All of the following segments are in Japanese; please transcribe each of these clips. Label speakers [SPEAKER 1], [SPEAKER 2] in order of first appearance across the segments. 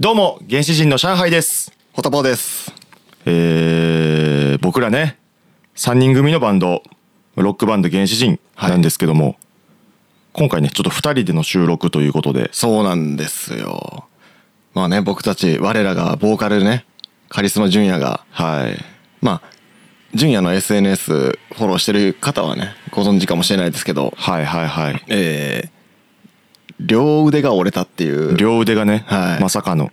[SPEAKER 1] どうも原始人の上海です
[SPEAKER 2] ホタポーです。
[SPEAKER 1] えー、僕らね3人組のバンドロックバンド原始人なんですけども、今回ねちょっと2人での収録ということで
[SPEAKER 2] そうなんですよ。まあね、僕たち、我らがボーカルね、カリスマ純也が、
[SPEAKER 1] はい
[SPEAKER 2] まあ、純也の SNS フォローしてる方はね、ご存知かもしれないですけど、
[SPEAKER 1] はいはいはい
[SPEAKER 2] えー、両腕が折れたっていう、両
[SPEAKER 1] 両腕がね、
[SPEAKER 2] はい
[SPEAKER 1] まさかの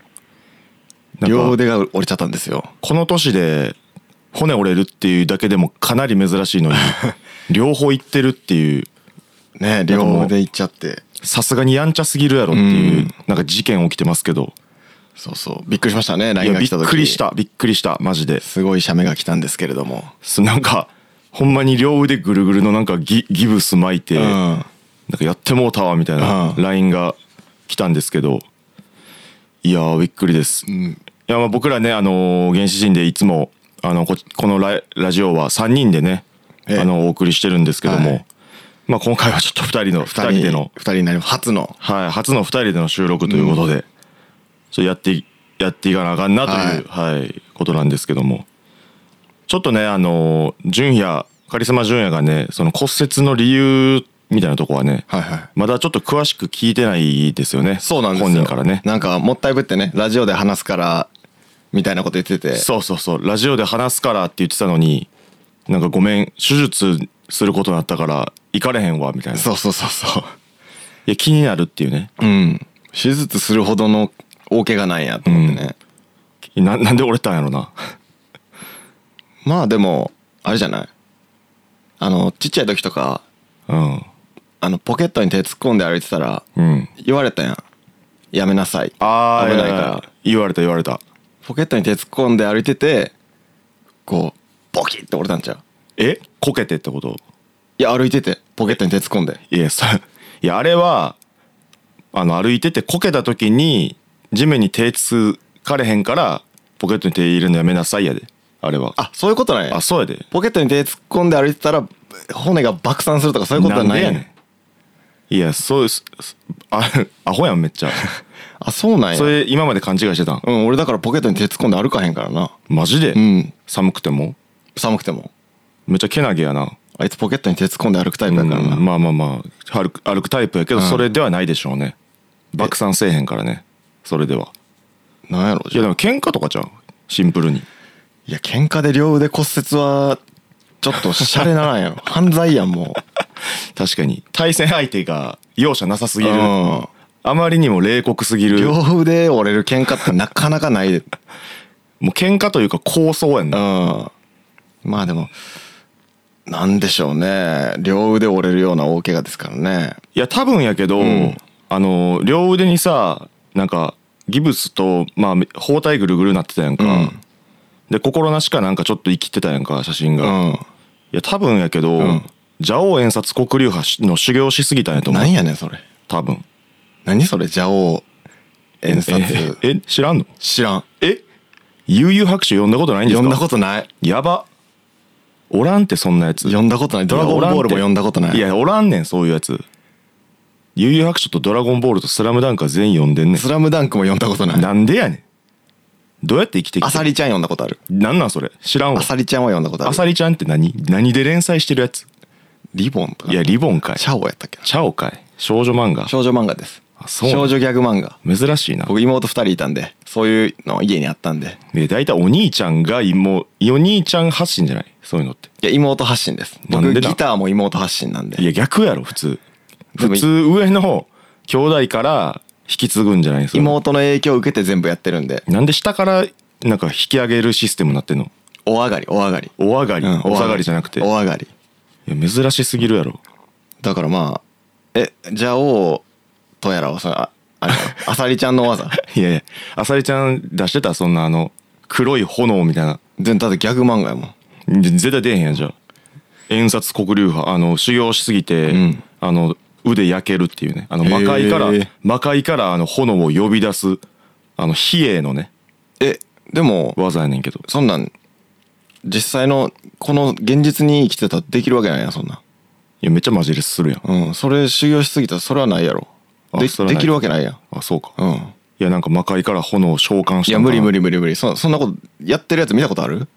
[SPEAKER 1] なんか
[SPEAKER 2] 腕が折れちゃったんですよ。
[SPEAKER 1] この年で骨折れるっていうだけでもかなり珍しいの に両方いってるっていう
[SPEAKER 2] ね、
[SPEAKER 1] かもう
[SPEAKER 2] 両腕いっちゃって、
[SPEAKER 1] さすがにやんちゃすぎるやろっていう、
[SPEAKER 2] うん
[SPEAKER 1] なんか事件起きてますけど
[SPEAKER 2] そうそう、びっくりしましたね、
[SPEAKER 1] い
[SPEAKER 2] LINE
[SPEAKER 1] や
[SPEAKER 2] が
[SPEAKER 1] び
[SPEAKER 2] 来
[SPEAKER 1] った
[SPEAKER 2] 時
[SPEAKER 1] くりし。たびっくりしたマジです
[SPEAKER 2] ごい写メが来たんですけれども。
[SPEAKER 1] すなんかほんまに両腕ぐるぐるのなんかギギブス巻いて、
[SPEAKER 2] うん
[SPEAKER 1] なんかやってもうたわみたいな
[SPEAKER 2] うん
[SPEAKER 1] LINE が来たんですけどいやーびっくりです、いやまあ僕らね、あのー原始人でいつもあのここのララジオは3人でね、
[SPEAKER 2] ええ
[SPEAKER 1] あのお送りしてるんですけども、
[SPEAKER 2] はい
[SPEAKER 1] まあ、今回はちょっと2人の2人での、
[SPEAKER 2] 二人になります。初の。
[SPEAKER 1] はい、初の2人での収録ということで、ちょっとやっていやっていかなあかんなという、はいことなんですけどもちょっとねあの純也カリスマ純也がねその骨折の理由みたいなとこはね、
[SPEAKER 2] はいはい。
[SPEAKER 1] まだちょっと詳しく聞いてないですよね
[SPEAKER 2] そうなんですよ
[SPEAKER 1] 本人からね
[SPEAKER 2] なんかもったいぶってねラジオで話すからみたいなこと言ってて
[SPEAKER 1] そうそうそうラジオで話すからって言ってたのになんかごめん手術することになったから行かれへんわみたいない
[SPEAKER 2] そうそうそうそう
[SPEAKER 1] や気になるっていうね
[SPEAKER 2] うん手術するほどの大怪我なんやと思ってね、
[SPEAKER 1] ななんで折れたんやろな
[SPEAKER 2] まあでもあれじゃないあのちっちゃい時とか
[SPEAKER 1] うん
[SPEAKER 2] あのポケットに手突っ込んで歩いてたら
[SPEAKER 1] うん
[SPEAKER 2] 言われたやんやめなさい
[SPEAKER 1] ああ
[SPEAKER 2] 危ないから
[SPEAKER 1] 言われた言われた
[SPEAKER 2] ポケットに手突っ込んで歩いててこうボキッて折れたんちゃう
[SPEAKER 1] えこけてってこと
[SPEAKER 2] いや歩いててポケットに手突っ込んで
[SPEAKER 1] いやそいやあれはあの歩いててこけた時に地面に手つかれへんからポケットに手入れるのやめなさいやであれは
[SPEAKER 2] あそういうことなんや
[SPEAKER 1] あそうやで
[SPEAKER 2] ポケットに手突っ込んで歩いてたら骨が爆散するとかそういうことはないやねん
[SPEAKER 1] んいやそうですあ アホやんめっ ちゃ
[SPEAKER 2] あそうなんや
[SPEAKER 1] それ今まで勘違いしてたん
[SPEAKER 2] うん俺だからポケットに手突っ込んで歩かへんからな
[SPEAKER 1] マジで、
[SPEAKER 2] うん
[SPEAKER 1] 寒くても
[SPEAKER 2] 寒くても
[SPEAKER 1] めっちゃけなげやな
[SPEAKER 2] あいつポケットに手突っ込んで歩くタイプだからな、
[SPEAKER 1] うんまあまあまあ歩く歩くタイプやけど
[SPEAKER 2] うん
[SPEAKER 1] それではないでしょうね、爆散せえへんからねそれでは
[SPEAKER 2] なんやろ
[SPEAKER 1] いやでも喧嘩とかじゃんシンプルに
[SPEAKER 2] いや喧嘩で両腕骨折はちょっとシャレならん やろ犯罪やんも
[SPEAKER 1] 確かに対戦相手が容赦なさす
[SPEAKER 2] う
[SPEAKER 1] ぎる
[SPEAKER 2] うん
[SPEAKER 1] あまりにも冷酷すぎるも
[SPEAKER 2] 両腕折れる喧嘩ってなかなかないでうん
[SPEAKER 1] う喧嘩というか抗争やんな
[SPEAKER 2] まあでもなんでしょうね両腕折れるような大怪我ですからね
[SPEAKER 1] いや多分やけど、
[SPEAKER 2] ん
[SPEAKER 1] あの両腕にさなんかギブスと、まあ、包帯ぐるぐるなってたやんか、
[SPEAKER 2] うん
[SPEAKER 1] で心なしかなんかちょっと生きてたやんか写真
[SPEAKER 2] う
[SPEAKER 1] が、い
[SPEAKER 2] ん
[SPEAKER 1] や多分やけど、
[SPEAKER 2] ん
[SPEAKER 1] 蛇王演札黒竜派の修行しすぎたんやと思う
[SPEAKER 2] なんやねんそれ
[SPEAKER 1] 多分
[SPEAKER 2] 何それ蛇王演
[SPEAKER 1] え
[SPEAKER 2] 札
[SPEAKER 1] ええ知らんの
[SPEAKER 2] 知らん
[SPEAKER 1] え悠々白書読んだことないんですか
[SPEAKER 2] 読んだことない
[SPEAKER 1] やばおらんってそんなやつ
[SPEAKER 2] 読んだことないドラゴンボールも読んだことない
[SPEAKER 1] いやおらんねんそういうやつ悠々白書とドラゴンボールとスラムダンクは全員読んでんね
[SPEAKER 2] スラムダンクも読んだこと
[SPEAKER 1] ん
[SPEAKER 2] ない
[SPEAKER 1] なんでやねんどうやって生きて
[SPEAKER 2] あ
[SPEAKER 1] きて
[SPEAKER 2] さ
[SPEAKER 1] る
[SPEAKER 2] りちゃん読んだことある
[SPEAKER 1] なんなんそれ知らんわ
[SPEAKER 2] あさりちゃんは読んだことある
[SPEAKER 1] あさりちゃんって何何で連載してるやつ
[SPEAKER 2] リボンとか
[SPEAKER 1] いやリボンかい
[SPEAKER 2] チャオやったっけな
[SPEAKER 1] チャオかい少女漫画
[SPEAKER 2] 少女漫画です
[SPEAKER 1] あそうなの
[SPEAKER 2] 少女ギャグ漫画
[SPEAKER 1] 珍しいな
[SPEAKER 2] 僕妹二人いたんでそういうの家にあったんで
[SPEAKER 1] で大体お兄ちゃんが妹お兄ちゃん発信じゃないそういうのって
[SPEAKER 2] いや妹発信です
[SPEAKER 1] なん
[SPEAKER 2] 僕
[SPEAKER 1] でだ
[SPEAKER 2] ギターも妹発信なんで
[SPEAKER 1] いや逆やろ普通
[SPEAKER 2] でも
[SPEAKER 1] 普通上の兄弟から引き継ぐんじゃないんです
[SPEAKER 2] 妹の影響を受けて全部やってるんで
[SPEAKER 1] なんで下からなんか引き上げるシステムになってんの
[SPEAKER 2] お上がりお上がり
[SPEAKER 1] お上がり、
[SPEAKER 2] うん
[SPEAKER 1] お下がりじゃなくてい
[SPEAKER 2] お上がり
[SPEAKER 1] や珍しすぎるやろ
[SPEAKER 2] だからまあえじゃあ王とやらはさああれ やろあさりちゃんの技
[SPEAKER 1] いやいやあさりちゃん出してたそんなあの黒い炎みたいな
[SPEAKER 2] 全体でギャグ漫画やもん
[SPEAKER 1] で絶対出えへんやんじゃあ円札黒竜派あの修行しすぎて、
[SPEAKER 2] うん
[SPEAKER 1] あの腕焼けるっていうねあの魔界から
[SPEAKER 2] へー
[SPEAKER 1] 魔界からあの炎を呼び出すあの比叡のね
[SPEAKER 2] えでも
[SPEAKER 1] 技やねんけど
[SPEAKER 2] そんなん実際のこの現実に生きてたらできるわけないやんそんない
[SPEAKER 1] やめっちゃマジレスするやん
[SPEAKER 2] うんそれ修行しすぎたらそれはないやろ
[SPEAKER 1] あ
[SPEAKER 2] で
[SPEAKER 1] それはない
[SPEAKER 2] できるわけないやん
[SPEAKER 1] あそうか
[SPEAKER 2] うん
[SPEAKER 1] いやなんか魔界から炎を召喚した
[SPEAKER 2] いや無理無
[SPEAKER 1] 理
[SPEAKER 2] 理無理無理そそんなことやってるやつ見たことある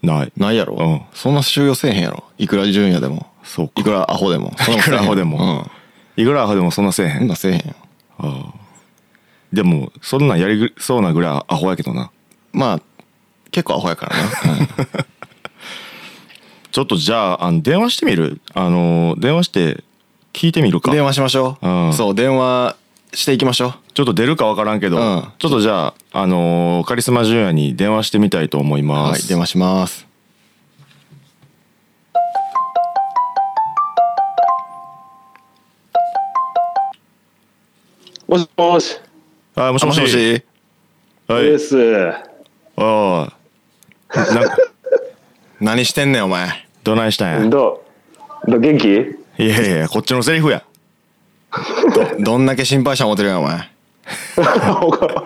[SPEAKER 1] ない
[SPEAKER 2] ないやろ、
[SPEAKER 1] うん
[SPEAKER 2] そんな収容せえへんやろいくら純也でも
[SPEAKER 1] そうか
[SPEAKER 2] いくらアホでもそん
[SPEAKER 1] い
[SPEAKER 2] な
[SPEAKER 1] くらアホでも、いくらアホでもそんなせえ
[SPEAKER 2] う
[SPEAKER 1] へ
[SPEAKER 2] んそん
[SPEAKER 1] ん
[SPEAKER 2] なんせえへんよ
[SPEAKER 1] でもそんなんやりぐそうなぐらいアホやけどな
[SPEAKER 2] まあ結構アホやからな、うん
[SPEAKER 1] ちょっとじゃああの電話してみるあの電話して聞いてみるか
[SPEAKER 2] 電話しましょう、
[SPEAKER 1] うん
[SPEAKER 2] そう電話していきましょう
[SPEAKER 1] ちょっと出るかわからんけど、
[SPEAKER 2] うん
[SPEAKER 1] ちょっとじゃあ、あのーカリスマジュニアに電話してみたいと思いま
[SPEAKER 2] はい
[SPEAKER 1] す。
[SPEAKER 2] 電話します
[SPEAKER 3] もしもし、
[SPEAKER 1] あもしもし。
[SPEAKER 2] あもしもし
[SPEAKER 1] はい。
[SPEAKER 3] です。
[SPEAKER 1] ああ。なんか、
[SPEAKER 2] 何してんねんお前
[SPEAKER 1] どないしたんや。
[SPEAKER 3] どうどう元気
[SPEAKER 1] いやいやいや、こっちのセリフや。
[SPEAKER 2] どどんだけ心配した思ってるやんお前
[SPEAKER 3] お母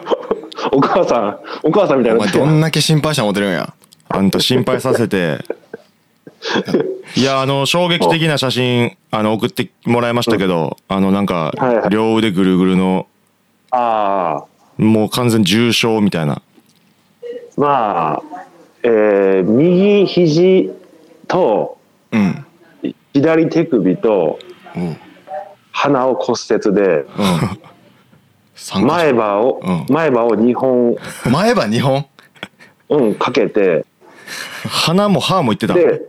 [SPEAKER 3] お母さん、お母さんみたい
[SPEAKER 2] お
[SPEAKER 3] にな
[SPEAKER 2] 前
[SPEAKER 3] ってる
[SPEAKER 2] どんだけ心配した思ってるんや
[SPEAKER 1] あんた心配させ て。いや、あの、衝撃的な写真、あの、送ってもらいましたけど、あの、なんか
[SPEAKER 3] はいは、い
[SPEAKER 1] 両腕ぐるぐるの、
[SPEAKER 3] ああ、
[SPEAKER 1] もう完全重傷みたいな。
[SPEAKER 3] まあ、えー、右肘と
[SPEAKER 2] うん
[SPEAKER 3] 左手首と
[SPEAKER 2] うん
[SPEAKER 3] 鼻を骨折で、
[SPEAKER 2] 参加
[SPEAKER 3] 前歯を、
[SPEAKER 2] うん
[SPEAKER 3] 前歯を2本、
[SPEAKER 2] 前歯2本
[SPEAKER 3] うん、かけて、
[SPEAKER 1] 鼻も歯も言ってた。
[SPEAKER 3] で、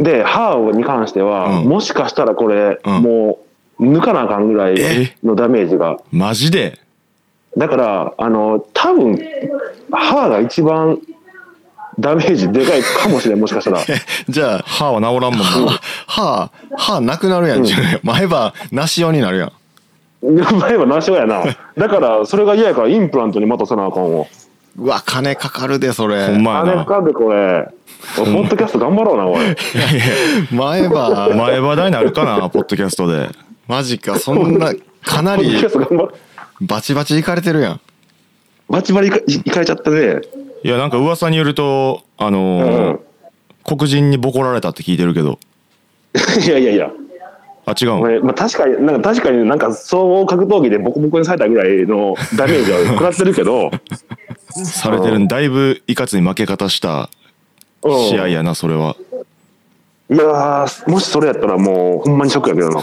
[SPEAKER 3] で、歯に関しては、
[SPEAKER 2] うん
[SPEAKER 3] もしかしたらこれ、
[SPEAKER 2] うん
[SPEAKER 3] もう、抜かなあかんぐらい
[SPEAKER 1] え
[SPEAKER 3] のダメージが。
[SPEAKER 1] マジで
[SPEAKER 3] だから、あの、多分歯が一番ダメージでかいかもしれん、もしかしたら。
[SPEAKER 2] じゃあ
[SPEAKER 1] 歯は治らんもんな。
[SPEAKER 2] 歯歯歯なくなるやん、自分前歯なしようになるやん
[SPEAKER 3] 前は何しようやな。だから、それが嫌やから、インプラントにまたせなあかんわ。
[SPEAKER 2] うわ金かかるでそれ
[SPEAKER 1] ほんま
[SPEAKER 3] あ
[SPEAKER 1] や
[SPEAKER 3] れ
[SPEAKER 1] な。
[SPEAKER 3] かんで、これ。ポッドキャスト頑張ろうな、おい。
[SPEAKER 2] 前歯
[SPEAKER 1] 前話題になるかな、ポッドキャストで。
[SPEAKER 2] マジかそんなかな
[SPEAKER 3] ポッド
[SPEAKER 2] り
[SPEAKER 3] キャスト頑張ろう。
[SPEAKER 2] バチバチいかれてるやん
[SPEAKER 3] バチバチいかいかれちゃったね。
[SPEAKER 1] いやなんか噂によるとあ
[SPEAKER 3] う
[SPEAKER 1] のー
[SPEAKER 3] ん。
[SPEAKER 1] 黒人にボコられたって聞いてるけど
[SPEAKER 3] いやいやいや。
[SPEAKER 1] あ違うん
[SPEAKER 3] これまあ、確かに、なんか確かになんか総合格闘技でボコボコにされたぐらいのダメ ージは食らってるけど、
[SPEAKER 1] されてるんだいぶいかつに負け方した
[SPEAKER 3] うん
[SPEAKER 1] 試合やなそれはい
[SPEAKER 3] やーもしそれやったらもうほんまにショックやけど な。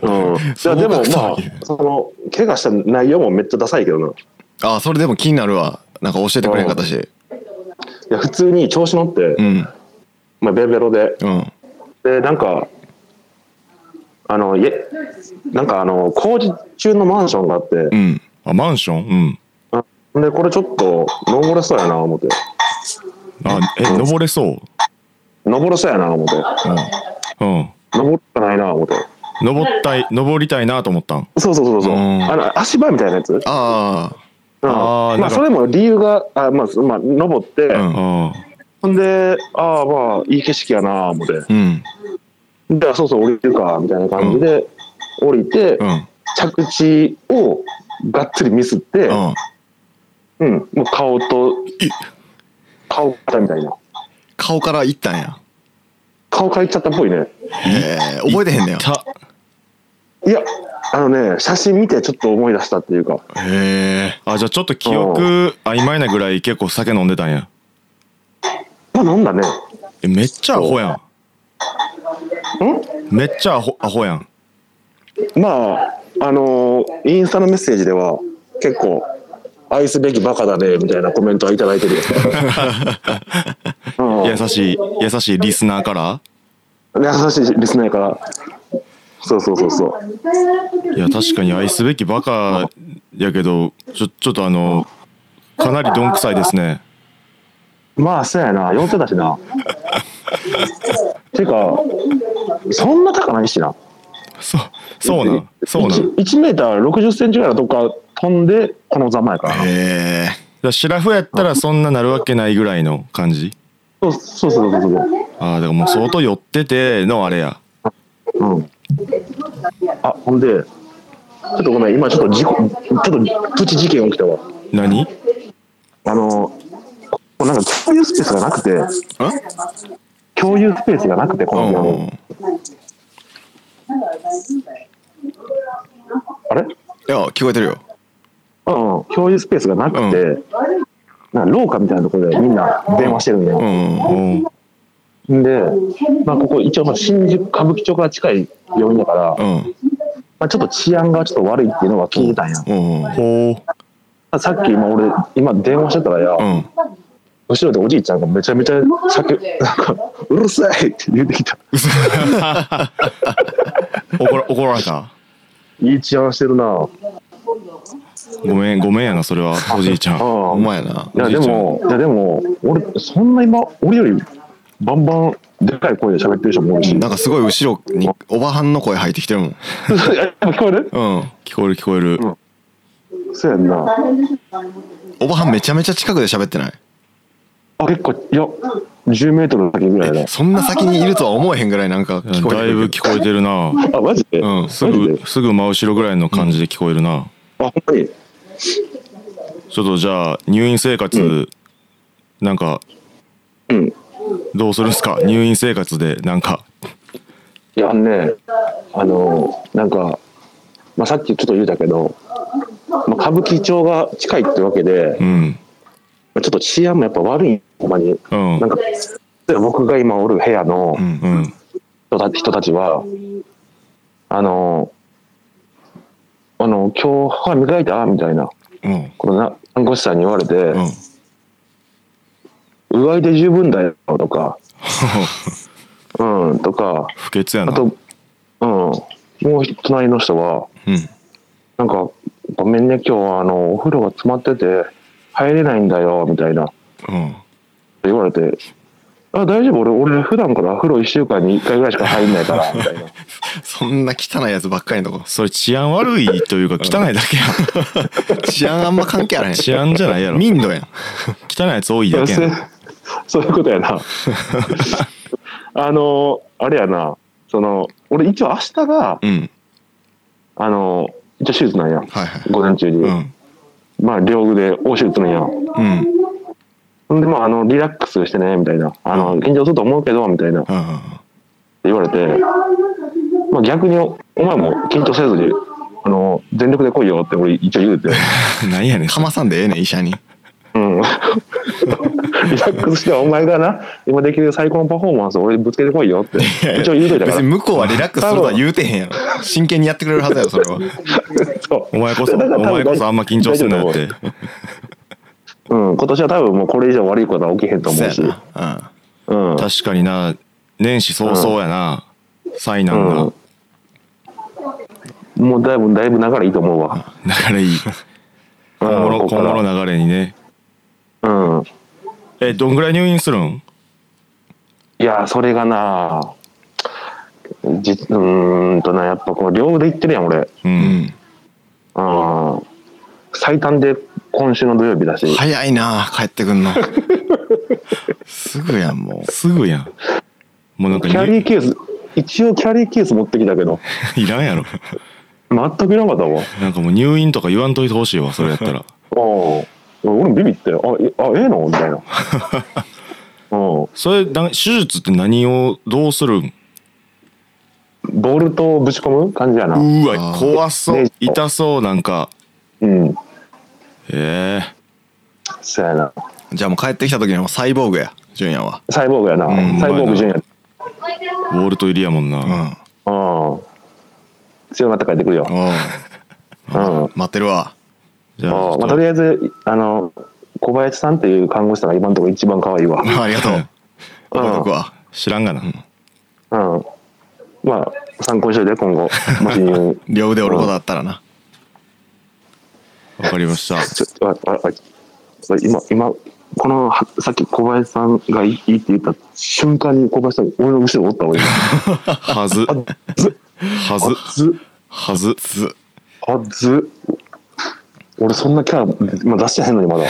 [SPEAKER 3] うん、いやでもまあその怪我した内容もめっちゃダサいけどない
[SPEAKER 2] あそれでも気になるわなんか教えてくれへんかったし
[SPEAKER 3] や普通に調子乗って、
[SPEAKER 2] うん
[SPEAKER 3] まあ、ベロベロで
[SPEAKER 2] うん
[SPEAKER 3] でなんかあのいえなんかあの工事中のマンションがあって
[SPEAKER 2] う、ん
[SPEAKER 1] あマンション
[SPEAKER 3] あでこれちょっと登れそうやな思って
[SPEAKER 1] うんあえ登れそう
[SPEAKER 3] 登れそうやな思って
[SPEAKER 1] うん
[SPEAKER 3] 登ってないな思って
[SPEAKER 1] 登ったい登りたいなと思ったん
[SPEAKER 3] そうそうそうそううんあの足場みたいなやつ、うん
[SPEAKER 2] ああ
[SPEAKER 1] あー
[SPEAKER 3] ま
[SPEAKER 1] なん
[SPEAKER 3] あ
[SPEAKER 1] か
[SPEAKER 3] それも理由があ、まあすまあ、登って、
[SPEAKER 2] うん
[SPEAKER 1] あ
[SPEAKER 3] ほんで、ああ、まあ、いい景色やなあ思って。
[SPEAKER 2] うん
[SPEAKER 3] で、あそうそう、降りるか、みたいな感じで、降りて、
[SPEAKER 2] うん
[SPEAKER 3] 着地をがっつりミスって、
[SPEAKER 2] うん
[SPEAKER 3] うん、もう顔と、顔からみたいな。
[SPEAKER 2] 顔からいったんや
[SPEAKER 3] 顔からいっちゃったっぽいね。
[SPEAKER 2] へえ覚えてへんねや
[SPEAKER 1] た
[SPEAKER 3] いや、あのね、写真見てちょっと思い出したっていうか、
[SPEAKER 2] へえ
[SPEAKER 1] あじゃあちょっと記憶曖昧なぐらい結構酒飲んでたんや
[SPEAKER 3] まあ、なんだね。
[SPEAKER 1] えめっちゃアホやんめっちゃアホアホやん
[SPEAKER 3] まあ、あのーインスタのメッセージでは、結構、愛すべきバカだね、みたいなコメントはいただい てるよ。うん
[SPEAKER 1] 優しい優しいリスナーから
[SPEAKER 3] で優しいリスナーやからそうそうそうそう
[SPEAKER 1] いや確かに愛すべきバカやけどちょちょっとあのかなりどんくさいですね
[SPEAKER 3] まあそうやな酔ってたし なていうかそんな高ないしな
[SPEAKER 1] そうそうなんそうなんだか
[SPEAKER 3] 1メーター6 0ンチぐらいのとこから飛んでこのざまやからな
[SPEAKER 2] へえ
[SPEAKER 1] らシラフやったらそんななるわけないぐらいの感じ
[SPEAKER 3] そうそうそうそうそう
[SPEAKER 1] ああだからもう相当寄っててのあれや
[SPEAKER 3] うんあほんでちょっとごめん今ちょっと事故ちょっとプチ事件起きたわ
[SPEAKER 1] 何
[SPEAKER 3] あのここなんか共有スペースがなくて共有スペースがなくてこ
[SPEAKER 2] う
[SPEAKER 3] の
[SPEAKER 2] ん
[SPEAKER 3] 部屋に
[SPEAKER 2] うん
[SPEAKER 3] あれ
[SPEAKER 2] いや聞こえてるよ
[SPEAKER 3] の共有スペースがなくて、なんか廊下みたいなところでみんな電話してるんよ、
[SPEAKER 1] うん
[SPEAKER 3] で、まあ、ここ一応まあ新宿歌舞伎町から近い病院だから、
[SPEAKER 2] う
[SPEAKER 3] ま
[SPEAKER 2] ん
[SPEAKER 3] あ、ちょっと治安がちょっと悪いっていうのは聞いたんや、
[SPEAKER 2] うんうん
[SPEAKER 1] ほ
[SPEAKER 3] さっき今俺今電話してたらや、
[SPEAKER 2] うん
[SPEAKER 3] 後ろでおじいちゃんがめちゃめちゃ酒なんか「うるさい!」って言ってきた
[SPEAKER 1] う怒ら怒られた
[SPEAKER 3] 「いい治安してるな」
[SPEAKER 1] ごめんごめんやなそれはおじいちゃん
[SPEAKER 3] あ
[SPEAKER 2] お
[SPEAKER 3] あ
[SPEAKER 2] 前やない
[SPEAKER 3] やでもいやでも俺そんな今俺よりバンバンでかい声で喋ってる人も多いしい
[SPEAKER 2] なんかすごい後ろにおばはんの声入ってきてるもん
[SPEAKER 3] や 聞こえる
[SPEAKER 2] うん
[SPEAKER 1] 聞こえる聞こえる
[SPEAKER 3] そうやんな
[SPEAKER 2] おばはんめちゃめちゃ近くで喋ってない
[SPEAKER 3] あ結構いや10メートル先ぐらいだね
[SPEAKER 2] そんな先にいるとは思えへんぐらいなんか聞こえ
[SPEAKER 1] だいぶ聞こえてるな
[SPEAKER 3] あマジで、
[SPEAKER 2] うん
[SPEAKER 1] す
[SPEAKER 3] マジで
[SPEAKER 1] ぐすぐ真後ろぐらいの感じで聞こえるな
[SPEAKER 3] あほんまに
[SPEAKER 1] ちょっとじゃあ入院生活なんか
[SPEAKER 3] うん
[SPEAKER 1] どうするんすか 入院生活でなんか
[SPEAKER 3] いやあのねあのなんか、まあ、さっきちょっと言うたけど、まあ、歌舞伎町が近いってわけで、
[SPEAKER 1] う
[SPEAKER 3] ま
[SPEAKER 1] ん
[SPEAKER 3] あちょっと治安もやっぱ悪いほんまに
[SPEAKER 1] うん
[SPEAKER 3] なんか僕が今おる部屋の
[SPEAKER 2] うん
[SPEAKER 1] うん
[SPEAKER 3] 人た人たちは、あのあの今日歯磨いたみたいな
[SPEAKER 1] うん
[SPEAKER 3] このな看護師さんに言われて、
[SPEAKER 1] うん
[SPEAKER 3] うがいで十分だよ とか、うん、とか
[SPEAKER 1] 不潔や
[SPEAKER 3] あ
[SPEAKER 1] な
[SPEAKER 3] と、うん、もう隣の人は
[SPEAKER 2] うん
[SPEAKER 3] なんかごめんね今日はあのお風呂が詰まってて入れないんだよみたいな
[SPEAKER 1] うん
[SPEAKER 3] 言われて「あ大丈夫俺俺普段から風呂1週間に1回ぐらいしか入んないから」みたいな
[SPEAKER 2] そんな汚いやつばっかりのとこ
[SPEAKER 1] それ治安悪いというか汚いだけや
[SPEAKER 2] 治安あんま関係あらへん
[SPEAKER 1] 治安じゃないやろ
[SPEAKER 2] 民度やん
[SPEAKER 1] 汚いやつ多いだけや
[SPEAKER 3] そう
[SPEAKER 1] な
[SPEAKER 3] そういうことやなあのあれやなその俺一応明日が
[SPEAKER 2] うん
[SPEAKER 3] あの一応手術なんや
[SPEAKER 2] はいはい
[SPEAKER 3] 午前中に、
[SPEAKER 1] うん
[SPEAKER 3] まあ両腕大手術なんや
[SPEAKER 2] うん
[SPEAKER 3] ほんでまああのリラックスしてねみたいなあの緊張すると思うけどみたいな
[SPEAKER 2] うんうんうん
[SPEAKER 3] 言われて、まあ、逆におお前も緊張せずにあの全力で来いよって俺一応言うて、
[SPEAKER 1] 何やねん
[SPEAKER 2] かまさんでええねん医者に
[SPEAKER 3] うん、リ ラックスしてはお前がな今できる最高のパフォーマンスを俺にぶつけてこいよって一応言うといたか
[SPEAKER 2] 別に
[SPEAKER 3] ら
[SPEAKER 2] 向こうはリラックスするとは言うてへんやろ真剣にやってくれるはずやろそれは
[SPEAKER 3] そ
[SPEAKER 1] お前 こそお
[SPEAKER 3] だから多分
[SPEAKER 1] 前こそあんま緊張すんなよって
[SPEAKER 3] う、うん、今年は多分もうこれ以上悪いことは起きへんと
[SPEAKER 2] そ
[SPEAKER 3] 思うし、
[SPEAKER 2] うやな
[SPEAKER 3] うん、
[SPEAKER 1] 確かにな年始早々やな、災難が、
[SPEAKER 3] うん、もうだいぶだいぶ流れいいと思うわ、
[SPEAKER 1] 流れいい
[SPEAKER 3] うん
[SPEAKER 1] 今後の
[SPEAKER 3] ここ
[SPEAKER 1] 今
[SPEAKER 3] から
[SPEAKER 1] 後の流れにね
[SPEAKER 3] うん、
[SPEAKER 1] えどんぐらい入院するん
[SPEAKER 3] いやそれがなじうーんとなやっぱこの両腕いってるやん俺
[SPEAKER 1] う、
[SPEAKER 2] うんん
[SPEAKER 3] あー最短で今週の土曜日だし、
[SPEAKER 2] 早いな帰ってくんのすぐやんも
[SPEAKER 1] すぐやんもうなんか
[SPEAKER 3] キャリーケース一応キャリーケース持ってきたけど
[SPEAKER 1] 入 いらんやろ
[SPEAKER 3] 全くいらなかったもん
[SPEAKER 1] なんかもう入院とか言わんといてほしいわそれやったら
[SPEAKER 3] おう俺もビビってよあえあええのみたいなおう
[SPEAKER 1] それだ手術って何をどうするん
[SPEAKER 3] ボルトをぶち込む感じやなうん、
[SPEAKER 1] う
[SPEAKER 2] あ
[SPEAKER 1] わ
[SPEAKER 2] ー
[SPEAKER 1] 怖そう
[SPEAKER 3] ね
[SPEAKER 1] 痛そうなんかえ
[SPEAKER 3] そうやな
[SPEAKER 2] うじゃあもう帰ってきた時にはもうサイボーグや純也は
[SPEAKER 3] サイボーグやな、
[SPEAKER 2] ん
[SPEAKER 3] サイボーグ順や
[SPEAKER 1] えウォルト入りやもんな、
[SPEAKER 2] うんおう
[SPEAKER 3] うん強なって帰ってくるよ、うん
[SPEAKER 2] 待って るわ
[SPEAKER 1] じゃあち
[SPEAKER 3] あ
[SPEAKER 1] ょ
[SPEAKER 3] あ
[SPEAKER 1] っ
[SPEAKER 3] まあ、とりあえずあの小林さんっていう看護師さんが今のところ一番可愛いわ、うん、
[SPEAKER 2] ありがとうご報告は
[SPEAKER 1] 知らんがな、
[SPEAKER 3] まあ参考にしといて今後もし入院
[SPEAKER 2] 両腕折ることあったらな
[SPEAKER 1] わかりました
[SPEAKER 3] ちょあああ今今このはさっき小林さんがいいいいって言った瞬間に小林さん俺の後ろにおったわ
[SPEAKER 1] はず
[SPEAKER 3] ず
[SPEAKER 1] はずは
[SPEAKER 3] 今あず
[SPEAKER 1] ず
[SPEAKER 3] あず俺そんなキャラ、まあ、出してへんのにまだ
[SPEAKER 2] い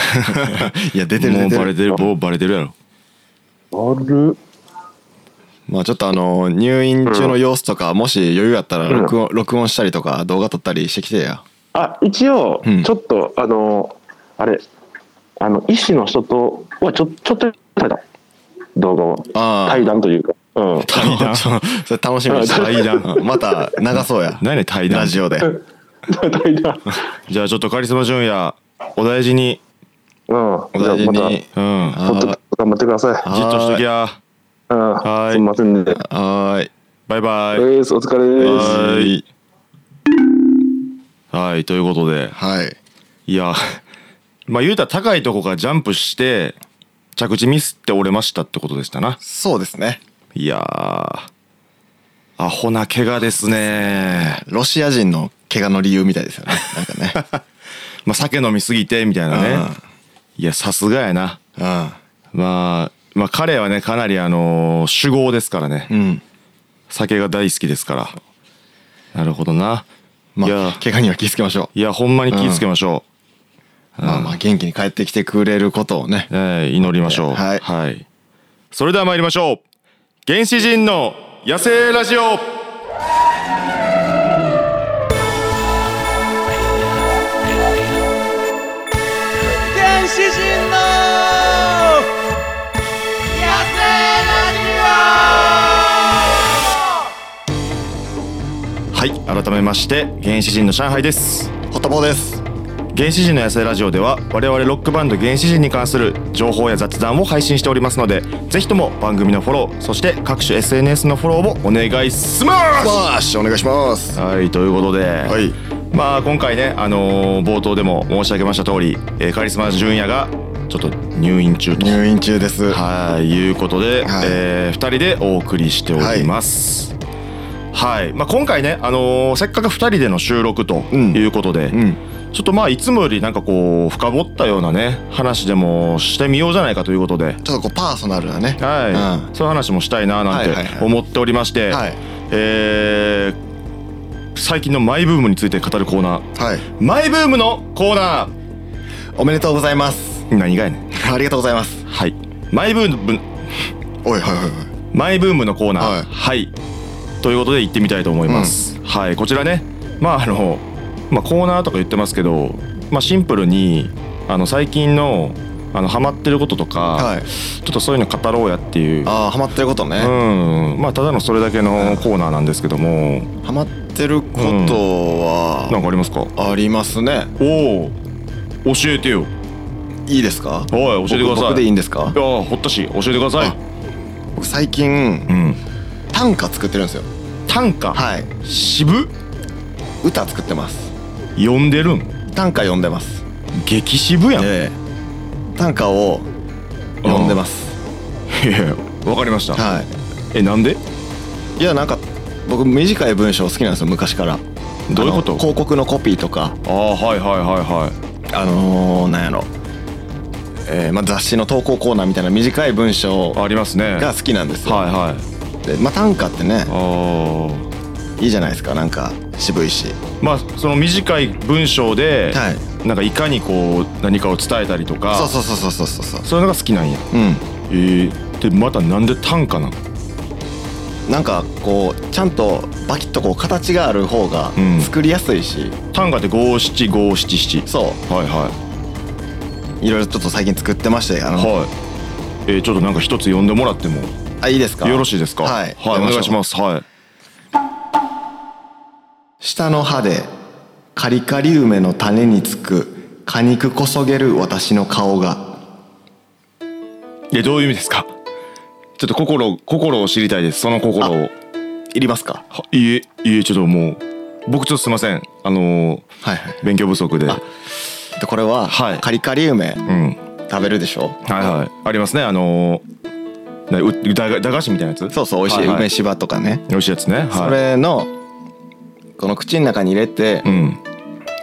[SPEAKER 2] や出てる
[SPEAKER 1] もう
[SPEAKER 2] 出て
[SPEAKER 1] バレ
[SPEAKER 2] る
[SPEAKER 1] てるもうバレてるやろ
[SPEAKER 3] ある
[SPEAKER 2] まあちょっとあの入院中の様子とかもし余裕あったら録音録音したりとか動画撮ったりしてきてや
[SPEAKER 3] あ一応
[SPEAKER 2] うん
[SPEAKER 3] ちょっと、あのあれあの医師の人とはちょちょっとやってた動画を
[SPEAKER 2] ああ
[SPEAKER 3] 対談というか、 うん、
[SPEAKER 1] 対談
[SPEAKER 2] それ楽しみにして
[SPEAKER 1] 対談
[SPEAKER 2] うんまた流そうや
[SPEAKER 1] 何ね対談
[SPEAKER 2] ラジオで
[SPEAKER 3] 対談
[SPEAKER 1] じゃあちょっとカリスマ純也お大事に
[SPEAKER 3] うん。
[SPEAKER 2] お
[SPEAKER 3] じゃあ
[SPEAKER 2] 大事
[SPEAKER 3] また、
[SPEAKER 2] に。
[SPEAKER 1] うんじ
[SPEAKER 2] あ
[SPEAKER 3] ポッドキャスト頑張ってくださ
[SPEAKER 1] っとしときや
[SPEAKER 3] い。うん。
[SPEAKER 1] はい
[SPEAKER 3] すみませんね。
[SPEAKER 2] はーい。
[SPEAKER 1] バイバイ
[SPEAKER 3] ですお疲れです。
[SPEAKER 1] はーい。はいということで
[SPEAKER 2] はい。
[SPEAKER 1] いやまあ言うたら高いとこからジャンプして着地ミスって折れましたってことでしたな
[SPEAKER 2] そうですね。
[SPEAKER 1] いやーアホな怪我ですね
[SPEAKER 2] ロシア人の怪我の理由みたいですよね。なんかね。
[SPEAKER 1] まあ酒飲みすぎてみたいなね
[SPEAKER 2] う
[SPEAKER 1] いやさすがやな
[SPEAKER 2] う
[SPEAKER 1] まあまあ彼はねかなりあのー酒豪ですからね
[SPEAKER 2] ん。うん。
[SPEAKER 1] 酒が大好きですからなるほどな、
[SPEAKER 2] ま
[SPEAKER 1] いや
[SPEAKER 2] あ、怪我には気をつけましょ
[SPEAKER 1] いやほんまに気ぃつけましょ
[SPEAKER 2] う。まあまあ、元気に帰ってきてくれることをね
[SPEAKER 1] う、。えー祈りましょう
[SPEAKER 2] はい
[SPEAKER 1] それでは参りましょう原始人の野生ラジオ
[SPEAKER 4] 原始人の野生
[SPEAKER 1] はい改めまして原始人の上海です
[SPEAKER 2] ホットボーです。
[SPEAKER 1] 原始人の野生ラジオでは我々ロックバンド原始人に関する情報や雑談を配信しておりますのでぜひとも番組のフォローそして各種 SNS のフォローをお願いします
[SPEAKER 2] バーッシュお願いします。
[SPEAKER 1] はいということで、
[SPEAKER 2] はい。
[SPEAKER 1] まあ今回ね、あのー冒頭でも申し上げました通り、えーカリスマ純也がちょっと入院中と
[SPEAKER 2] 入院中です。は
[SPEAKER 1] はいいうことで、
[SPEAKER 2] はい
[SPEAKER 1] え2人でお送りしております。はい、まあ、今回ね、あのーせっかく2人での収録と
[SPEAKER 2] うん
[SPEAKER 1] いうことで、
[SPEAKER 2] うん。
[SPEAKER 1] ちょっとまあいつもよりなんかこう深掘ったようなね話でもしてみようじゃないかということで、
[SPEAKER 2] ちょっとこうパーソナルなね。
[SPEAKER 1] はい
[SPEAKER 2] うん
[SPEAKER 1] そういう話もしたいななんて
[SPEAKER 2] はいはいはい
[SPEAKER 1] 思っておりまして、
[SPEAKER 2] はい。
[SPEAKER 1] えー最近のマイブームについて語るコーナー
[SPEAKER 2] はい。
[SPEAKER 1] マイブームのコーナー
[SPEAKER 2] おめでとうございます。
[SPEAKER 1] 何がやねん
[SPEAKER 2] ありがとうございます。
[SPEAKER 1] はいマイブーム
[SPEAKER 2] おい、はい、はい、はい。
[SPEAKER 1] マイブームのコーナーは
[SPEAKER 2] はい
[SPEAKER 1] い、ということで行ってみたいと思います、はいこちらねまああの、まあ、コーナーとか言ってますけど、まあ、シンプルにあの最近のあのハマってることとか、
[SPEAKER 2] はい。
[SPEAKER 1] ちょっとそういうの語ろうやっていう
[SPEAKER 2] ああ、ハマってることね。
[SPEAKER 1] うんまあただのそれだけのコーナーなんですけども
[SPEAKER 2] ハマってることは。
[SPEAKER 1] なんかありますか
[SPEAKER 2] ありますね。
[SPEAKER 1] おお教えてよ
[SPEAKER 2] いいですか。
[SPEAKER 1] おい教えてくだ
[SPEAKER 2] 僕
[SPEAKER 1] さ
[SPEAKER 2] 僕で
[SPEAKER 1] い
[SPEAKER 2] い
[SPEAKER 1] い
[SPEAKER 2] いんですか
[SPEAKER 1] や。ーほったし教えてください
[SPEAKER 2] あ僕最近
[SPEAKER 1] うん
[SPEAKER 2] 短歌作ってるんですよ。
[SPEAKER 1] 短歌、
[SPEAKER 2] はい。
[SPEAKER 1] 渋
[SPEAKER 2] 歌作ってます。
[SPEAKER 1] 読んでるん
[SPEAKER 2] 短歌読んでます。
[SPEAKER 1] 激渋やん、
[SPEAKER 2] ええ。短歌を読んでます。
[SPEAKER 1] いやいやわかりました、
[SPEAKER 2] は
[SPEAKER 1] えなんで
[SPEAKER 2] い。いや、なんか。僕短い文章好きなんですよ昔から
[SPEAKER 1] どういうこと
[SPEAKER 2] あの広告のコピーとか
[SPEAKER 1] ああはいはいはいは
[SPEAKER 2] あのー、なんやろ、えーまあ、雑誌の投稿コーナーみたいな短い文章
[SPEAKER 1] いありますね
[SPEAKER 2] が好きなんですよ、
[SPEAKER 1] はいはい
[SPEAKER 2] でまあ、短歌ってね
[SPEAKER 1] ああ
[SPEAKER 2] いいじゃないですかなんか渋いし
[SPEAKER 1] まあその短い文章で、
[SPEAKER 2] はい
[SPEAKER 1] なんかいかにこう何かを伝えたりとか
[SPEAKER 2] そうそうそうそうそうそう
[SPEAKER 1] そういうのが好きなんや
[SPEAKER 2] うん
[SPEAKER 1] えー、でまたなんで短歌なの
[SPEAKER 2] なんかこうちゃんとバキッとこう形がある方が
[SPEAKER 1] うん
[SPEAKER 2] 作りやすいし、
[SPEAKER 1] 短歌って五七五七七
[SPEAKER 2] そ
[SPEAKER 1] はいは
[SPEAKER 2] ういろいろちょっと最近作ってましてあ
[SPEAKER 1] い
[SPEAKER 2] の、
[SPEAKER 1] はいえー、ちょっとなんか一つ読んでもらっても
[SPEAKER 2] あいいですか
[SPEAKER 1] よろしいですか
[SPEAKER 2] はい
[SPEAKER 1] はい、お願いしますすはい
[SPEAKER 2] 下の歯でカリカリ梅の種につく果肉こそげる私の顔が
[SPEAKER 1] えどういう意味ですかちょっと心を心を知りたいですその心を
[SPEAKER 2] いりますか
[SPEAKER 1] はいいえいえちょっともう僕ちょっとすいませんあのー
[SPEAKER 2] はいはい
[SPEAKER 1] 勉強不足で
[SPEAKER 2] あでこれは、
[SPEAKER 1] はい
[SPEAKER 2] カリカリ梅
[SPEAKER 1] うん
[SPEAKER 2] 食べるでしょ
[SPEAKER 1] はいはいありますねあのーなう駄菓駄菓子みたいなやつ
[SPEAKER 2] そうそう美味しい、
[SPEAKER 1] はは
[SPEAKER 2] 梅しばとかね
[SPEAKER 1] 美味しいやつねはい
[SPEAKER 2] それのこの口の中に入れて、
[SPEAKER 1] うん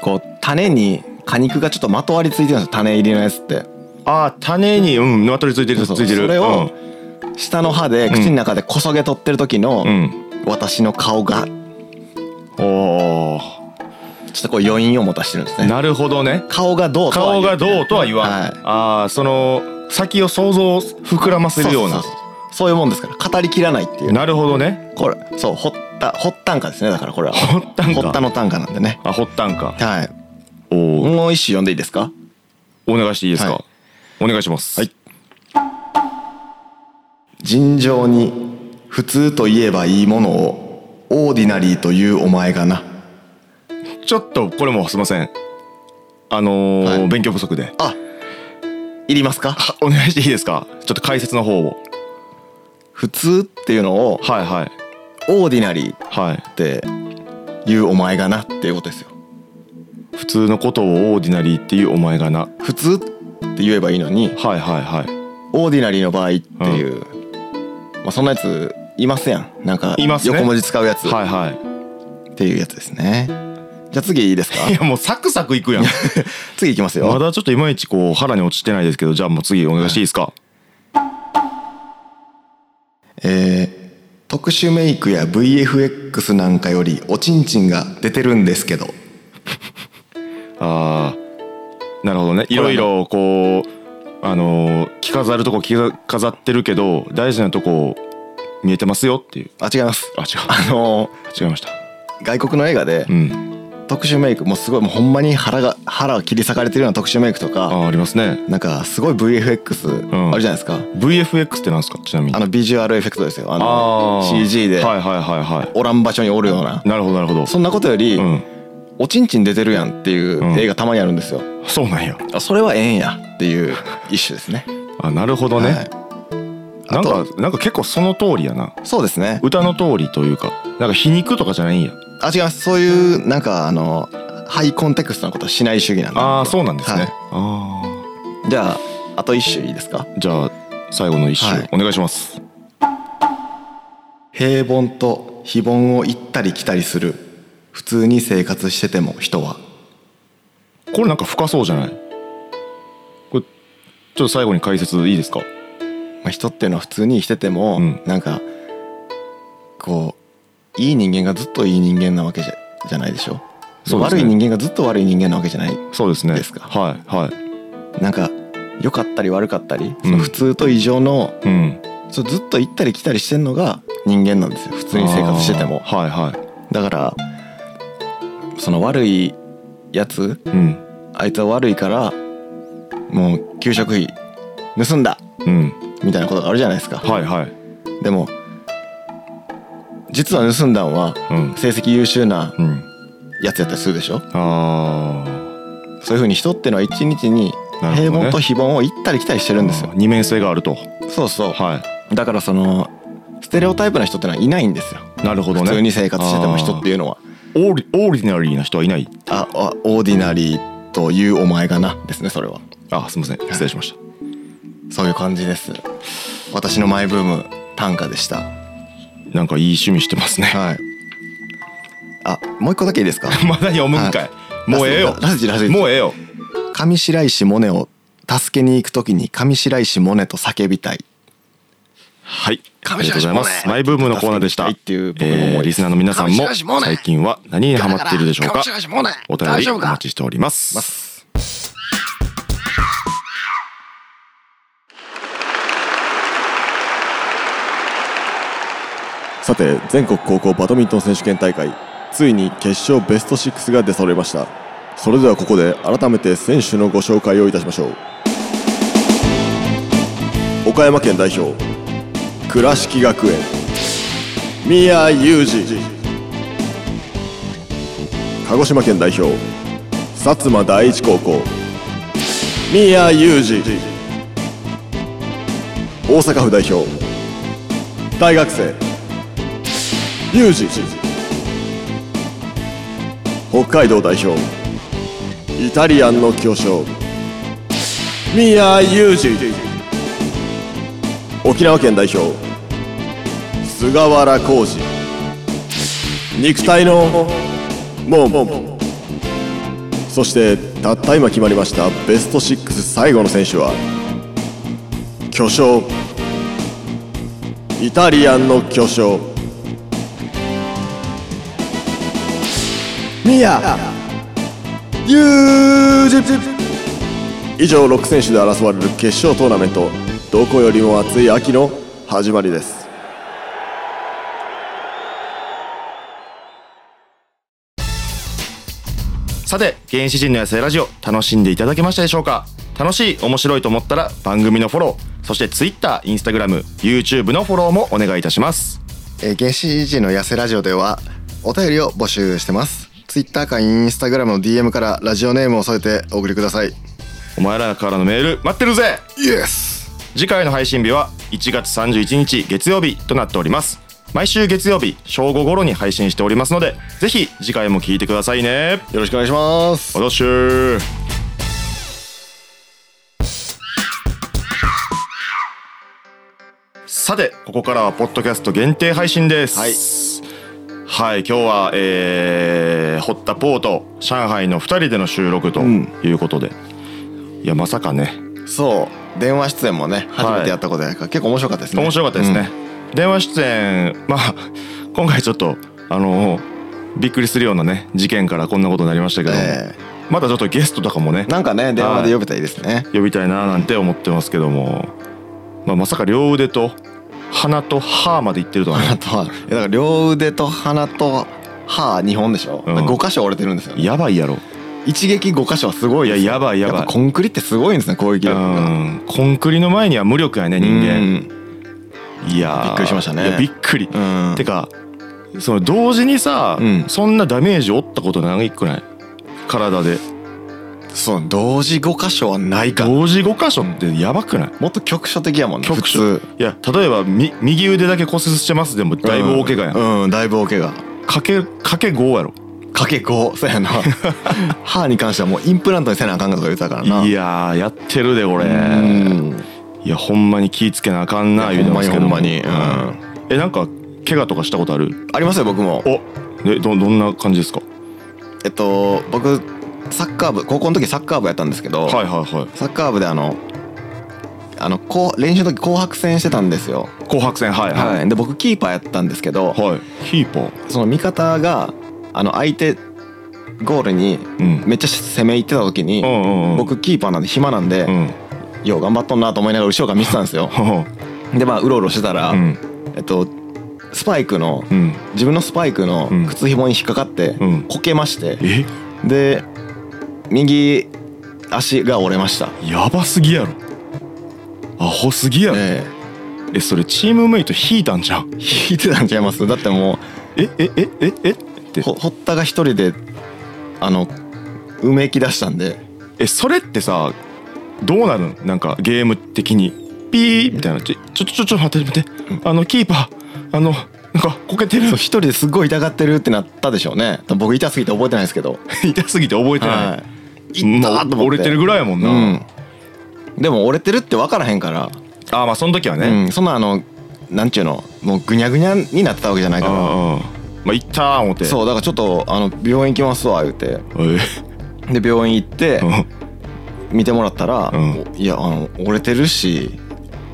[SPEAKER 2] こう種に果肉がちょっとまとわりついてるんですよ種入りのやつって
[SPEAKER 1] あー種にうんまとりついてるつ
[SPEAKER 2] そう
[SPEAKER 1] いてる
[SPEAKER 2] それを下の歯で口の中でこそげ取ってる時の
[SPEAKER 1] うん、うん、
[SPEAKER 2] 私の顔がちょ
[SPEAKER 1] お
[SPEAKER 2] っとこう余韻を持たしてるんです
[SPEAKER 1] ー
[SPEAKER 2] ね
[SPEAKER 1] なるほどね
[SPEAKER 2] 顔がどうとは
[SPEAKER 1] 顔
[SPEAKER 2] 言
[SPEAKER 1] がどうとは言わん、
[SPEAKER 2] はい
[SPEAKER 1] ああその先を想像を膨らませるような
[SPEAKER 2] そうそうそうそういうもんですから語りきらないっていう
[SPEAKER 1] なるほどね
[SPEAKER 2] これそうほったほったんかですねだからこれは
[SPEAKER 1] ほったんか
[SPEAKER 2] ほったの短歌なんでね
[SPEAKER 1] あほったんか
[SPEAKER 2] はい
[SPEAKER 1] おー
[SPEAKER 2] もう一首読んでいいですか
[SPEAKER 1] お願いしていいですか、
[SPEAKER 2] はい
[SPEAKER 1] お願いします
[SPEAKER 2] はい尋常に普通と言えばいいものをオーディナリーというお前がな
[SPEAKER 1] ちょっとこれもすいませんああのー
[SPEAKER 2] はい
[SPEAKER 1] 勉強不足で
[SPEAKER 2] あいりますか
[SPEAKER 1] はお願いしていいですかちょっと解説の方を
[SPEAKER 2] 普通っていうのを
[SPEAKER 1] はいはい
[SPEAKER 2] オーディナリーっ
[SPEAKER 1] はい
[SPEAKER 2] ていうお前がなっていうことですよ
[SPEAKER 1] 普通のことをオーディナリーっていうお前がな
[SPEAKER 2] 普通って言えばいいのに
[SPEAKER 1] はいはいはい
[SPEAKER 2] オーディナリーの場合っていう、まあ、そんなやついますやんなんか
[SPEAKER 1] いますね
[SPEAKER 2] 横文字使うやつ
[SPEAKER 1] はいは
[SPEAKER 2] っていうやつですねじゃあ次いいですか
[SPEAKER 1] いいやもうサクサクいくやん
[SPEAKER 2] 次いきますよ、
[SPEAKER 1] まだちょっといまいちこう腹に落ちてないですけどじゃあもう次お願いしていいですか、
[SPEAKER 2] えー特殊メイクや VFX なんかよりおちんちんが出てるんですけど
[SPEAKER 1] ああなるほどねいろいろこうあのー着飾るとこ着飾ってるけど大事なとこ見えてますよっていう
[SPEAKER 2] あ違います
[SPEAKER 1] あ違
[SPEAKER 2] あの
[SPEAKER 1] う違いました
[SPEAKER 2] ー外国の映画で
[SPEAKER 1] うん
[SPEAKER 2] 特殊メイクもうすごいもうほんまに腹が腹を切り裂かれてるような特殊メイク
[SPEAKER 1] あ
[SPEAKER 2] とか
[SPEAKER 1] ーありますね
[SPEAKER 2] なんかすごい VFX
[SPEAKER 1] ん
[SPEAKER 2] あるじゃないですか、
[SPEAKER 1] VFX ってなんですかちなみに
[SPEAKER 2] あのビジュアルエフェクトですよあ
[SPEAKER 1] あ
[SPEAKER 2] の
[SPEAKER 1] ー
[SPEAKER 2] CG で
[SPEAKER 1] はいはいはいは
[SPEAKER 2] おらん場所におるようない
[SPEAKER 1] なるほどなるほど
[SPEAKER 2] そんなことより、
[SPEAKER 1] うん
[SPEAKER 2] おちんちん出てるやんっていう
[SPEAKER 1] うん
[SPEAKER 2] 映画たまにあるんですよ、
[SPEAKER 1] そうなんや
[SPEAKER 2] あそれはええんやっていう一種ですね
[SPEAKER 1] あ なるほどね、
[SPEAKER 2] はい
[SPEAKER 1] なんか
[SPEAKER 2] あ
[SPEAKER 1] なんか結構その通りやな
[SPEAKER 2] そうですね
[SPEAKER 1] 歌の通りというかなんか皮肉とかじゃないんや
[SPEAKER 2] あ違いますそういうなんかあのハイコンテクストなことはしない主義なんで
[SPEAKER 1] ああそうなんですね、
[SPEAKER 2] はい
[SPEAKER 1] あ
[SPEAKER 2] じゃああと一首いいですか
[SPEAKER 1] あじゃあ最後の一首、
[SPEAKER 2] はい
[SPEAKER 1] お願いします
[SPEAKER 2] 平凡と非凡を行ったり来たりする普通に生活してても人は
[SPEAKER 1] これなんか深そうじゃないこれちょっと最後に解説いいですか
[SPEAKER 2] まあ、人っていうのは普通に生きてても、
[SPEAKER 1] うん
[SPEAKER 2] なんかこういい人間がずっといい人間なわけじゃじゃないでしょ
[SPEAKER 1] そうですね
[SPEAKER 2] 悪い人間がずっと悪い人間なわけじゃない
[SPEAKER 1] そうですね
[SPEAKER 2] ですか
[SPEAKER 1] はいはい
[SPEAKER 2] なんか良かったり悪かった
[SPEAKER 1] う
[SPEAKER 2] り、
[SPEAKER 1] ん
[SPEAKER 2] その普通と異常の
[SPEAKER 1] うん
[SPEAKER 2] そうずっと行ったり来たりしてんのが人間なんですよ普通に生活してても
[SPEAKER 1] あーはいは
[SPEAKER 2] だからその悪いやつ
[SPEAKER 1] いうん
[SPEAKER 2] あいつは悪いからもう給食費盗んだ
[SPEAKER 1] うん
[SPEAKER 2] みたいなことがあるじゃないですか、
[SPEAKER 1] はいはい
[SPEAKER 2] でも実は盗んだんは
[SPEAKER 1] うん
[SPEAKER 2] 成績優秀な
[SPEAKER 1] うん
[SPEAKER 2] やつやったりするでしょ
[SPEAKER 1] あー
[SPEAKER 2] そういうふうに人ってのは一日に
[SPEAKER 1] なるほどね
[SPEAKER 2] 平凡と非凡を行ったり来たりしてるんですよ、
[SPEAKER 1] あー二面性があると
[SPEAKER 2] そうそ
[SPEAKER 1] は
[SPEAKER 2] うだからそのステレオタイプな人ってのはいないんですよ
[SPEAKER 1] いなるほどね
[SPEAKER 2] 普通に生活してても人っていうのは
[SPEAKER 1] オーリオーディナリーな人はいない
[SPEAKER 2] ああオーディナリーというお前がなですねそれは
[SPEAKER 1] あすみません失礼しました
[SPEAKER 2] そういう感じです私のマイブーム短歌でした
[SPEAKER 1] なんかいい趣味してますね
[SPEAKER 2] はいあもう一個だけい いですか
[SPEAKER 1] まだ読むんかいもうええよ
[SPEAKER 2] ラスジラスジ
[SPEAKER 1] もうええよ
[SPEAKER 2] 上白石萌音を助けに行くときに上白石萌音と叫びたい
[SPEAKER 1] はいあ
[SPEAKER 2] 上白石
[SPEAKER 1] りがとうございます
[SPEAKER 2] 萌音
[SPEAKER 1] マイブームのコーナーでした
[SPEAKER 2] 助けていきたいっていう僕の思いです
[SPEAKER 1] えーリスナーの皆さんも
[SPEAKER 2] 上白石萌音
[SPEAKER 1] 最近は何にハマっているでしょうかお便りお待ちしております
[SPEAKER 2] ます
[SPEAKER 5] さて全国高校バドミントン選手権大会ついに決勝ベスト6が出揃いましたそれではここで改めて選手のご紹介をいたしましょう岡山県代表倉敷学園宮裕二鹿児島県代表薩摩第一高校宮裕二大阪府代表大学生ユージ北海道代表イタリアンの巨匠宮ユージ沖縄県代表菅原浩二肉体の門そしてたった今決まりましたベスト6最後の選手は巨匠イタリアンの巨匠ミヤユージ以上6選手で争われる決勝トーナメントどこよりも熱い秋の始まりです
[SPEAKER 1] さて原始人の野生ラジオ楽しんでいただけましたでしょうか楽しい面白いと思ったら番組のフォローそして TwitterInstagramYouTube のフォローもお願いいたします
[SPEAKER 2] えー原始人の痩せラジオではお便りを募集してます Twitter か Instagram の DM からラジオネームを添えてお送りください
[SPEAKER 1] お前らからのメール待ってるぜ
[SPEAKER 2] イエス
[SPEAKER 1] 次回の配信日は1月31日月曜日となっております毎週月曜日正午頃に配信しておりますのでぜひ次回も聞いてくださいね
[SPEAKER 2] よろしくお願いします
[SPEAKER 1] おどしゅーさてここからはポッドキャスト限定配信です
[SPEAKER 2] はい
[SPEAKER 1] はい今日はえー、堀田ポーと上海の2人での収録と
[SPEAKER 2] ん
[SPEAKER 1] いうことで、いやまさかね
[SPEAKER 2] そう電話出演もね初めてやったことやから結構面白かったですね
[SPEAKER 1] 面白かったですね、電話出演まあ 今回ちょっとあのびっくりするようなね事件からこんなことになりましたけ
[SPEAKER 2] うん
[SPEAKER 1] ども、
[SPEAKER 2] え
[SPEAKER 1] まだちょっとゲストとかもね
[SPEAKER 2] ーなんかね電話で呼べたらいいですね
[SPEAKER 1] 呼びたいななんて思ってますけども、まあ、まさか両腕と鼻と歯までいってるとは
[SPEAKER 2] あ
[SPEAKER 1] ね
[SPEAKER 2] とはいやだから両腕と鼻と歯2本でしょ
[SPEAKER 1] うん
[SPEAKER 2] 5箇所折れてるんですよね
[SPEAKER 1] やばいやろ
[SPEAKER 2] 一撃5箇所はすごいですよ
[SPEAKER 1] いややばいやばい
[SPEAKER 2] っぱコンクリってすごいんですね攻撃
[SPEAKER 1] う
[SPEAKER 2] 力が
[SPEAKER 1] んコンクリの前には無力やね人間いやー
[SPEAKER 2] びっくりしましたね
[SPEAKER 1] いやびっくり、
[SPEAKER 2] うんうん
[SPEAKER 1] てかその同時にさ、
[SPEAKER 2] うん
[SPEAKER 1] そんなダメージ負ったことないくない体で
[SPEAKER 2] そう同時5箇所はないか
[SPEAKER 1] 同時5箇所ってやばくない
[SPEAKER 2] もっと局所的やもんね
[SPEAKER 1] 局所
[SPEAKER 2] 普通
[SPEAKER 1] いや例えばみ右腕だけ骨折してますでもだいぶ大怪我やん、
[SPEAKER 2] うん、うんだいぶ大怪我
[SPEAKER 1] かけかけ5やろ
[SPEAKER 2] かけ5そう やな歯に関してはもうインプラントにせなあかんかとか言ってたからない
[SPEAKER 1] やーやってるでこれ
[SPEAKER 2] うん
[SPEAKER 1] いやほんまに気ぃつけなあかんない言
[SPEAKER 2] や
[SPEAKER 1] うてますけど
[SPEAKER 2] ほんまにほんまにうん
[SPEAKER 1] えなんか怪我とかしたことある
[SPEAKER 2] ありますよ僕も
[SPEAKER 1] おえどどんな感じですか
[SPEAKER 2] えっと僕サッカー部高校の時サッカー部やったんですけど、
[SPEAKER 1] はいはいは
[SPEAKER 2] サッカー部であのあのこう練習の時紅白戦してたんですよ、
[SPEAKER 1] い紅白戦はいは
[SPEAKER 2] はい、で僕キーパーやったんですけど
[SPEAKER 1] いはいキーパー
[SPEAKER 2] その味方があの相手ゴールに
[SPEAKER 1] うん
[SPEAKER 2] めっちゃ攻め入ってた時に、
[SPEAKER 1] うんうんうん
[SPEAKER 2] 僕キーパーなんで暇なんで、
[SPEAKER 1] うん
[SPEAKER 2] よう頑張っとんなと思いながら後ろから見てたんですよでまあうろうろしてたら、
[SPEAKER 1] うん
[SPEAKER 2] えっとスパイクの
[SPEAKER 1] うん
[SPEAKER 2] 自分のスパイクの
[SPEAKER 1] うん
[SPEAKER 2] 靴紐に引っかかって、
[SPEAKER 1] うん
[SPEAKER 2] こけまして
[SPEAKER 1] え
[SPEAKER 2] で右足が折れました
[SPEAKER 1] やばすぎやろアホすぎやろ
[SPEAKER 2] え
[SPEAKER 1] えそれチームメイト引いたんじゃん
[SPEAKER 2] え引いてたんちゃいますだっても
[SPEAKER 1] えええええって
[SPEAKER 2] うほ堀田が一人であのうめき出したんで
[SPEAKER 1] えそれってさどうなるんなんかゲーム的にピーみたいなちょちょちょちょ待って待ってあのキーパーあのなんかこけてる
[SPEAKER 2] そう一人ですごい痛がってるってなったでしょうね僕痛すぎて覚えてないですけど
[SPEAKER 1] 痛すぎて覚えてない、
[SPEAKER 2] い痛っと
[SPEAKER 1] ま
[SPEAKER 2] 思
[SPEAKER 1] あ
[SPEAKER 2] って、
[SPEAKER 1] 折れてるぐらいやもんな、
[SPEAKER 2] うんでも折れてるって分からへんから、
[SPEAKER 1] ああまあその時はね、
[SPEAKER 2] うん、そんなあのなんちゅうのもうぐにゃぐにゃになってたわけじゃない
[SPEAKER 1] あ
[SPEAKER 2] か
[SPEAKER 1] あ
[SPEAKER 2] ら
[SPEAKER 1] ああまあ行ったー思って
[SPEAKER 2] そうだからちょっとあの病院行きますわ言うて
[SPEAKER 1] え
[SPEAKER 2] で病院行って
[SPEAKER 1] ー
[SPEAKER 2] 見てもらったら「
[SPEAKER 1] うん
[SPEAKER 2] いやあの折れてるし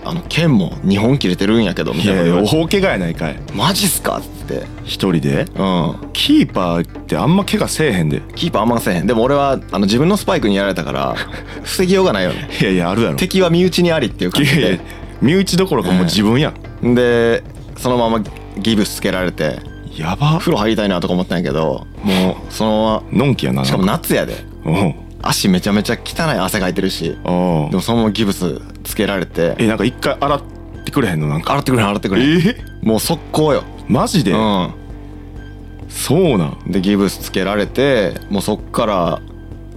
[SPEAKER 2] あの剣も2本切れてるんやけど」み
[SPEAKER 1] い
[SPEAKER 2] たいな
[SPEAKER 1] やい
[SPEAKER 2] 言わ
[SPEAKER 1] や
[SPEAKER 2] れて
[SPEAKER 1] 大怪我やないかい
[SPEAKER 2] 「マジっすか?」っつって
[SPEAKER 1] 一人で
[SPEAKER 2] うん
[SPEAKER 1] キーパーってあんま怪我せえへんで
[SPEAKER 2] キーパーあんませえへんでも俺はあの自分のスパイクにやられたから 防ぎようがないよね
[SPEAKER 1] いやいやあるやろ
[SPEAKER 2] 敵は身内にありっていう感
[SPEAKER 1] い
[SPEAKER 2] じ
[SPEAKER 1] やいや
[SPEAKER 2] で
[SPEAKER 1] 身内どころかもう自分やん、
[SPEAKER 2] でそのままギブスつけられて
[SPEAKER 1] やば
[SPEAKER 2] 風呂入りたいなとか思ったんやけどもうそのま
[SPEAKER 1] のんきやな
[SPEAKER 2] ましかも夏やで
[SPEAKER 1] うん
[SPEAKER 2] 足めちゃめちゃ汚い汗かいてるし
[SPEAKER 1] あ
[SPEAKER 2] で
[SPEAKER 1] あ
[SPEAKER 2] もそのままギブスつけられて
[SPEAKER 1] えなんか一回洗ってくれへんのなんか
[SPEAKER 2] 洗ってくれん洗ってくれん
[SPEAKER 1] え
[SPEAKER 2] もう速攻よ
[SPEAKER 1] マジで、
[SPEAKER 2] うん
[SPEAKER 1] そうなん
[SPEAKER 2] でギブスつけられてもうそっから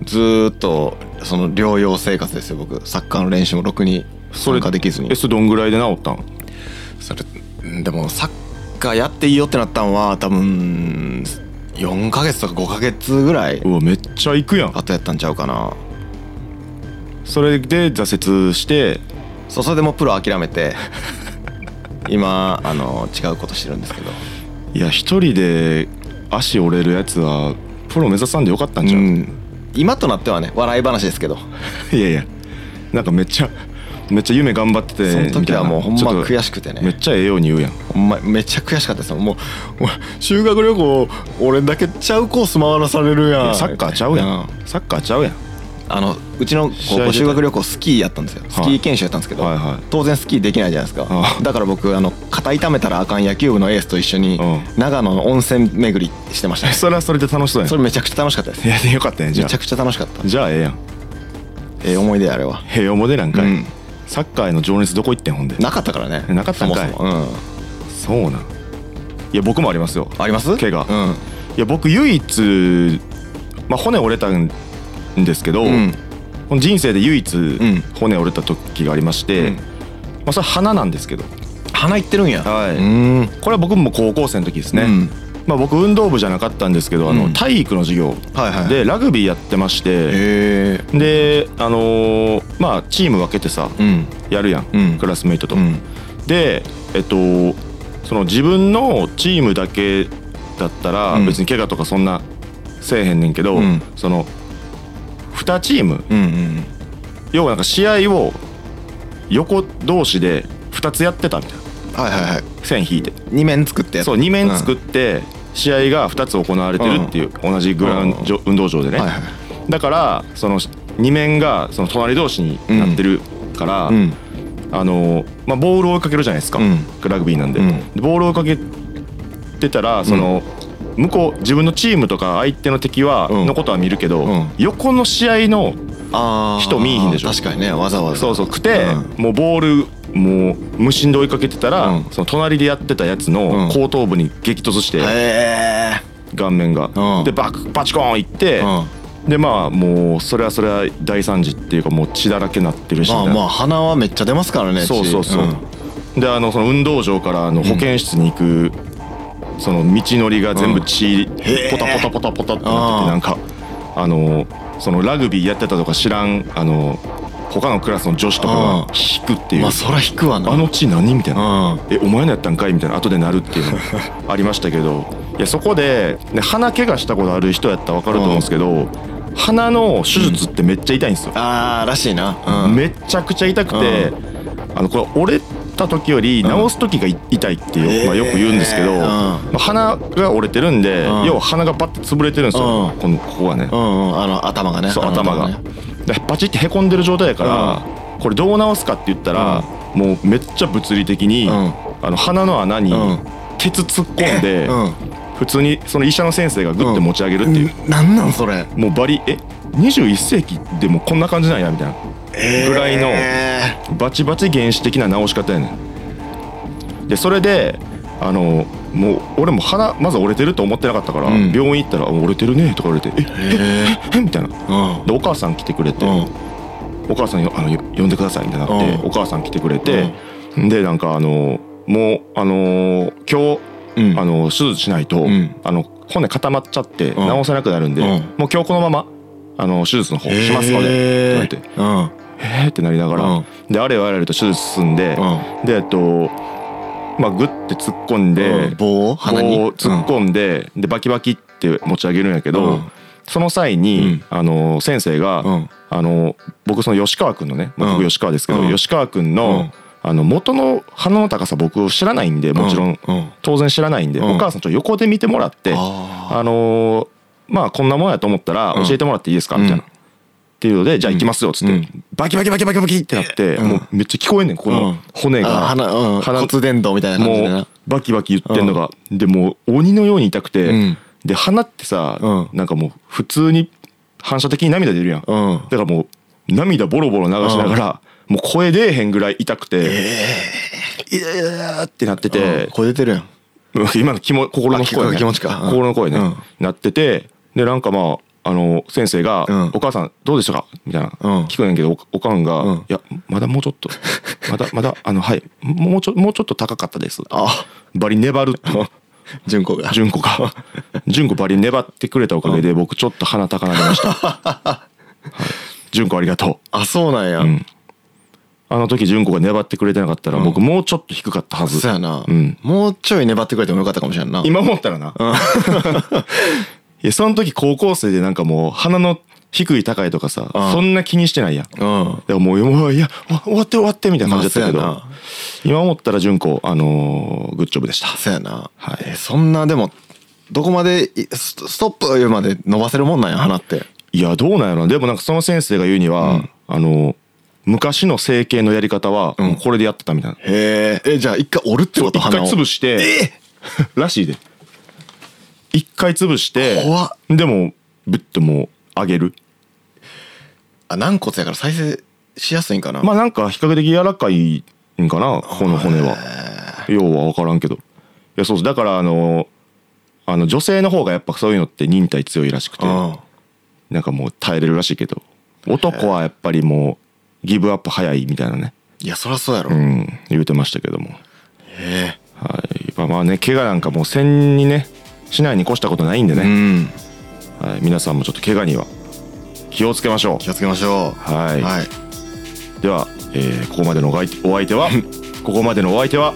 [SPEAKER 2] ずーっとその療養生活ですよ僕サッカーの練習もろくに参加できずに
[SPEAKER 1] えそれどんぐらいで治ったん
[SPEAKER 2] それうんでもサッカーやっていいよってなったんは多分4ヶ月とか5ヶ月ぐらいう
[SPEAKER 1] わめっちゃ行くやん
[SPEAKER 2] 後やったんちゃうかな
[SPEAKER 1] それで挫折して
[SPEAKER 2] そうそれでもうプロ諦め て今あの違うことしてるんですけど
[SPEAKER 1] いや一人で足折れるやつはプロ目指さんでよかったんじゃん、
[SPEAKER 2] 今となってはね笑い話ですけど
[SPEAKER 1] いやいやなんかめっちゃめっちゃ夢頑張ってて
[SPEAKER 2] その時はもうほん
[SPEAKER 1] みたい
[SPEAKER 2] ま
[SPEAKER 1] なちょっと
[SPEAKER 2] 悔しくてね
[SPEAKER 1] めっちゃええように言うやん
[SPEAKER 2] ほんまめっちゃ悔しかったですもんもうお修学旅行俺だけちゃうコース回らされる
[SPEAKER 1] い
[SPEAKER 2] や
[SPEAKER 1] や
[SPEAKER 2] ん
[SPEAKER 1] サッカーちゃうやんサッカーちゃうやん
[SPEAKER 2] あのうちの
[SPEAKER 1] 試合出
[SPEAKER 2] 高
[SPEAKER 1] た
[SPEAKER 2] 校修学旅行スキーやったんですよスキー研修やったんですけど、
[SPEAKER 1] はいはい
[SPEAKER 2] 当然スキーできないじゃないですか、
[SPEAKER 1] ああ
[SPEAKER 2] だから僕あの肩痛めたらあかん野球部のエースと一緒に
[SPEAKER 1] う
[SPEAKER 2] 長野の温泉巡りしてましたね
[SPEAKER 1] それはそれで楽しそうやん
[SPEAKER 2] それめちゃくちゃ楽しかったです
[SPEAKER 1] いやでよかったねじ
[SPEAKER 2] め
[SPEAKER 1] ゃ
[SPEAKER 2] ちゃくちゃ楽しかった
[SPEAKER 1] あじゃあええやん
[SPEAKER 2] ええ思い出やあれは
[SPEAKER 1] 平和モデなんかい、
[SPEAKER 2] うん
[SPEAKER 1] サッカーへの情熱どこ行ってんほんで
[SPEAKER 2] なかったからね
[SPEAKER 1] なかったん
[SPEAKER 2] そも
[SPEAKER 1] かい
[SPEAKER 2] そも、うん、
[SPEAKER 1] そうなんいや僕もありますよ
[SPEAKER 2] あります
[SPEAKER 1] 怪我
[SPEAKER 2] うん
[SPEAKER 1] いや僕唯一、まあ、骨折れたんですけど、
[SPEAKER 2] うん
[SPEAKER 1] この人生で唯一
[SPEAKER 2] ん
[SPEAKER 1] 骨折れた時がありまして、
[SPEAKER 2] うん
[SPEAKER 1] まあ、それは鼻なんですけど、
[SPEAKER 2] 鼻いってるんや
[SPEAKER 1] は
[SPEAKER 2] う
[SPEAKER 1] い
[SPEAKER 2] んね
[SPEAKER 1] これは僕も高校生の時ですね、まあ、僕運動部じゃなかったんですけどあの、
[SPEAKER 2] うん
[SPEAKER 1] 体育の授業
[SPEAKER 2] はいはい
[SPEAKER 1] でラグビーやってまして、
[SPEAKER 2] へえ
[SPEAKER 1] であのーまあチーム分けてさ
[SPEAKER 2] うん
[SPEAKER 1] やるやん、
[SPEAKER 2] うん
[SPEAKER 1] クラスメイトと、
[SPEAKER 2] うん
[SPEAKER 1] でえっとその自分のチームだけだったら
[SPEAKER 2] うん
[SPEAKER 1] 別に怪我とかそんなせえへんねんけど、
[SPEAKER 2] うん
[SPEAKER 1] その2チーム
[SPEAKER 2] うんうん
[SPEAKER 1] 要はなんか試合を横同士で2つやってたみたいな
[SPEAKER 2] はいはいはい
[SPEAKER 1] 線引いて
[SPEAKER 2] 二面作ってやつ
[SPEAKER 1] そう2面作っ
[SPEAKER 2] って
[SPEAKER 1] 試合が2つ行われてるっていう、同じグラウンド、運動場でね、
[SPEAKER 2] はいはい
[SPEAKER 1] だからその2面がその隣同士になってるから、
[SPEAKER 2] うん
[SPEAKER 1] あのまあ、ボールを追いかけるじゃないですか、
[SPEAKER 2] うん
[SPEAKER 1] ラグビーなんで,
[SPEAKER 2] う
[SPEAKER 1] で、
[SPEAKER 2] ん
[SPEAKER 1] ボールを追いかけてたらその、向こう自分のチームとか相手の敵は、
[SPEAKER 2] うん
[SPEAKER 1] のことは見るけど、
[SPEAKER 2] うん
[SPEAKER 1] 横の試合の
[SPEAKER 2] あー
[SPEAKER 1] 人見えひんでしょ
[SPEAKER 2] 確かにねわざわざ
[SPEAKER 1] そうそうくて、
[SPEAKER 2] う
[SPEAKER 1] もうボールもう無心で追いかけてたら、
[SPEAKER 2] うん
[SPEAKER 1] その隣でやってたやつ
[SPEAKER 2] うん
[SPEAKER 1] の後頭部に激突して、
[SPEAKER 2] へえ
[SPEAKER 1] 顔面が、
[SPEAKER 2] うん
[SPEAKER 1] でバックバチコーンいって、でまあもうそれはそれは大惨事っていうかもう血だらけなってるしみ
[SPEAKER 2] ま
[SPEAKER 1] たい
[SPEAKER 2] あ
[SPEAKER 1] な
[SPEAKER 2] まあ鼻はめっちゃ出ますからね
[SPEAKER 1] そう
[SPEAKER 2] 血
[SPEAKER 1] そうそう、
[SPEAKER 2] ん
[SPEAKER 1] であのその運動場からあの保健室に行く、その道のりが全部血、
[SPEAKER 2] へー
[SPEAKER 1] ポタポタポタポタってなって
[SPEAKER 2] あー
[SPEAKER 1] てなんかあのそのラグビーやってたとか知らんあの他のクラスの女子とか
[SPEAKER 2] あ
[SPEAKER 1] が引くっていう
[SPEAKER 2] ま
[SPEAKER 1] あ
[SPEAKER 2] あそら引くわな
[SPEAKER 1] の血何みたいな
[SPEAKER 2] うん
[SPEAKER 1] えお前のやったんかいみたいな後でなるっていうのがありましたけどいやそこで、ね、鼻怪我したことある人やったら分かると思うんですけど、鼻の手術ってめっちゃ痛いんですよ、
[SPEAKER 2] あーらしいなうん
[SPEAKER 1] めちゃくちゃ痛くて、あのこれ折れた時より治す時がい痛いっていう、
[SPEAKER 2] えー
[SPEAKER 1] まあ、よく言うんですけど、
[SPEAKER 2] うん
[SPEAKER 1] まあ、鼻が折れてるんで、
[SPEAKER 2] うん
[SPEAKER 1] 要は鼻がパッて潰れてるんですよ、
[SPEAKER 2] うん
[SPEAKER 1] このここがね、
[SPEAKER 2] うんうんあの頭がね
[SPEAKER 1] そう
[SPEAKER 2] あの
[SPEAKER 1] 頭が、
[SPEAKER 2] ね
[SPEAKER 1] でパチってへこんでる状態やから、これどう治すかって言ったら、もうめっちゃ物理的に、
[SPEAKER 2] うん
[SPEAKER 1] あの鼻の穴に
[SPEAKER 2] うん
[SPEAKER 1] 鉄突っ込んで、
[SPEAKER 2] う
[SPEAKER 1] 普通にその医者の先生がグッて持ち上げるって
[SPEAKER 2] ん
[SPEAKER 1] いう、
[SPEAKER 2] なんなんそれ
[SPEAKER 1] もうバリえ21世紀でもこんな感じなんやみたいなぐらいの
[SPEAKER 2] え
[SPEAKER 1] バチバチ原始的な直し方やねんでそれであのもう俺も鼻まず折れてると思ってなかったから、
[SPEAKER 2] うん
[SPEAKER 1] 病院行ったら「折れてるね」とか言われて「え
[SPEAKER 2] ーえ
[SPEAKER 1] えみたいな
[SPEAKER 2] ーうん
[SPEAKER 1] でお母さん来てくれて、
[SPEAKER 2] うん
[SPEAKER 1] お母さんにあのよ呼んでくださいみたいになって、
[SPEAKER 2] うん
[SPEAKER 1] お母さん来てくれて、でなんかあのもうあの今日
[SPEAKER 2] うん
[SPEAKER 1] あの手術しないと、
[SPEAKER 2] ん
[SPEAKER 1] あの骨固まっちゃって
[SPEAKER 2] うん
[SPEAKER 1] 治せなくなるんで、
[SPEAKER 2] うん
[SPEAKER 1] もう今日このままあの手術の方しますので、
[SPEAKER 2] えー
[SPEAKER 1] って言われて
[SPEAKER 2] うん
[SPEAKER 1] 「えー?」ってなりながら、
[SPEAKER 2] うん
[SPEAKER 1] であれよあれよと手術進んで、
[SPEAKER 2] う
[SPEAKER 1] でえっとまあグッて突っ込んで、
[SPEAKER 2] うん棒を鼻に
[SPEAKER 1] 棒を突っ込んで、でバキバキって持ち上げるんやけど、
[SPEAKER 2] うん
[SPEAKER 1] その際に、あの先生が、
[SPEAKER 2] うん
[SPEAKER 1] あの僕その吉川君のね、まあ
[SPEAKER 2] うん
[SPEAKER 1] 僕吉川ですけど、
[SPEAKER 2] うん
[SPEAKER 1] 吉川君の、あの元の鼻の高さ僕知らないんでもちろん、
[SPEAKER 2] うんうん
[SPEAKER 1] 当然知らないんで、
[SPEAKER 2] うん
[SPEAKER 1] お母さんちょっと横で見てもらって、
[SPEAKER 2] あ
[SPEAKER 1] あのーまあこんなもんやと思ったら
[SPEAKER 2] うん
[SPEAKER 1] 教えてもらっていいですか、みたいな。っ
[SPEAKER 2] うん
[SPEAKER 1] ていうのでじゃあ行きますよっつって、
[SPEAKER 2] うん
[SPEAKER 1] バキバキバキバキバキってなって、
[SPEAKER 2] うん
[SPEAKER 1] もうめっちゃ聞こえんねんこ
[SPEAKER 2] う
[SPEAKER 1] の
[SPEAKER 2] ん
[SPEAKER 1] 骨
[SPEAKER 2] ー
[SPEAKER 1] が、
[SPEAKER 2] あ鼻うん
[SPEAKER 1] 鼻
[SPEAKER 2] 骨伝導みたいな感じで
[SPEAKER 1] もう
[SPEAKER 2] な
[SPEAKER 1] バキバキ言ってんのが、でもう鬼のように痛くて、
[SPEAKER 2] うん
[SPEAKER 1] で鼻ってさ、
[SPEAKER 2] うん
[SPEAKER 1] なんかもう普通に反射的に涙出るやん、だ
[SPEAKER 2] うん
[SPEAKER 1] からもう涙ボロボロ流しながら、もう声出えへんぐらい痛くて、いやいやいやってなってて、
[SPEAKER 2] うん声出てるやん
[SPEAKER 1] 今の気も心の声、
[SPEAKER 2] あ
[SPEAKER 1] ね、
[SPEAKER 2] 気持ちか気持ちかうん
[SPEAKER 1] 心の声ね、
[SPEAKER 2] うん
[SPEAKER 1] なっててでなんかまああの先生が、
[SPEAKER 2] うん
[SPEAKER 1] お母さんどうでしたか?」みたいな、
[SPEAKER 2] うん
[SPEAKER 1] 聞くねんけどおおかんが「
[SPEAKER 2] うん
[SPEAKER 1] いやまだもうちょっとまだまだあのはいもうちょもうちょっと高かったです」
[SPEAKER 2] あ
[SPEAKER 1] バリ粘 るっていう
[SPEAKER 2] 純子が
[SPEAKER 1] 純子が純子バリ粘ってくれたおかげで僕ちょっと鼻高鳴り ました、はい純子ありがと
[SPEAKER 2] あそうなんや
[SPEAKER 1] う、うん、あの時純子が粘ってくれてなかったら僕もうちょっと低かったはず、
[SPEAKER 2] そうやな、
[SPEAKER 1] うん
[SPEAKER 2] もうちょい粘ってくれてもよかったかもしれんな
[SPEAKER 1] 今思ったら ないやその時高校生でなんかもう鼻の低い高いとかさ
[SPEAKER 2] うん
[SPEAKER 1] そんな気にしてないやん
[SPEAKER 2] うん
[SPEAKER 1] でももうもういやわ終わって終わってみたいな
[SPEAKER 2] ま
[SPEAKER 1] 感
[SPEAKER 2] あ
[SPEAKER 1] じ
[SPEAKER 2] そう
[SPEAKER 1] だった
[SPEAKER 2] や
[SPEAKER 1] けど、
[SPEAKER 2] な
[SPEAKER 1] 今思ったら純子あのーグッジョブでした
[SPEAKER 2] そうやな、
[SPEAKER 1] はい
[SPEAKER 2] えーそんなでもどこまでいストストップ言うまで伸ばせるもんなんや花って
[SPEAKER 1] いやどうなんやろなでもなんかその先生が言うには、
[SPEAKER 2] うん
[SPEAKER 1] あの昔の整形のやり方は
[SPEAKER 2] うん
[SPEAKER 1] もうこれでやってたみたいな、
[SPEAKER 2] へーえじゃあ一回折るって
[SPEAKER 1] そう
[SPEAKER 2] こと
[SPEAKER 1] 一回潰して
[SPEAKER 2] え
[SPEAKER 1] らしいで一回潰して
[SPEAKER 2] 怖っ
[SPEAKER 1] でもぶってもう上げる
[SPEAKER 2] あ軟骨やから再生しやすいんかな、
[SPEAKER 1] まあなんか比較的柔らかいんかなこの骨は要は分からんけどいやそうそうだからあのあの女性の方がやっぱそういうのって忍耐強いらしくて
[SPEAKER 2] うん
[SPEAKER 1] なんかもう耐えれるらしいけど男はやっぱりもうギブアップ早いみたいなね
[SPEAKER 2] いやそりゃそうやろ、
[SPEAKER 1] う
[SPEAKER 2] へ
[SPEAKER 1] ん言うてましたけども
[SPEAKER 2] え
[SPEAKER 1] はいまあまあね怪我なんかもう線にね市内に越したことないんで
[SPEAKER 2] う
[SPEAKER 1] ね、
[SPEAKER 2] ん
[SPEAKER 1] はい、皆さんもちょっと怪我には気をつけましょ
[SPEAKER 2] 気をつけましょう
[SPEAKER 1] はい
[SPEAKER 2] はい、
[SPEAKER 1] うでは、えーここまでのお相手お相手はここまでのお相手は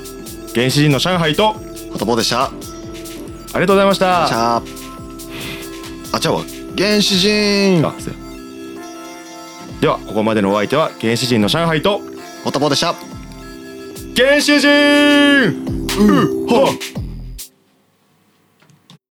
[SPEAKER 1] 原始人の上海と
[SPEAKER 2] ことぼでした
[SPEAKER 1] ありがとうございました
[SPEAKER 2] チャーあちゃうわ原始人
[SPEAKER 1] あそうやではここまでのお相手は原始人の上海と
[SPEAKER 2] ことぼでした
[SPEAKER 1] 原始人うは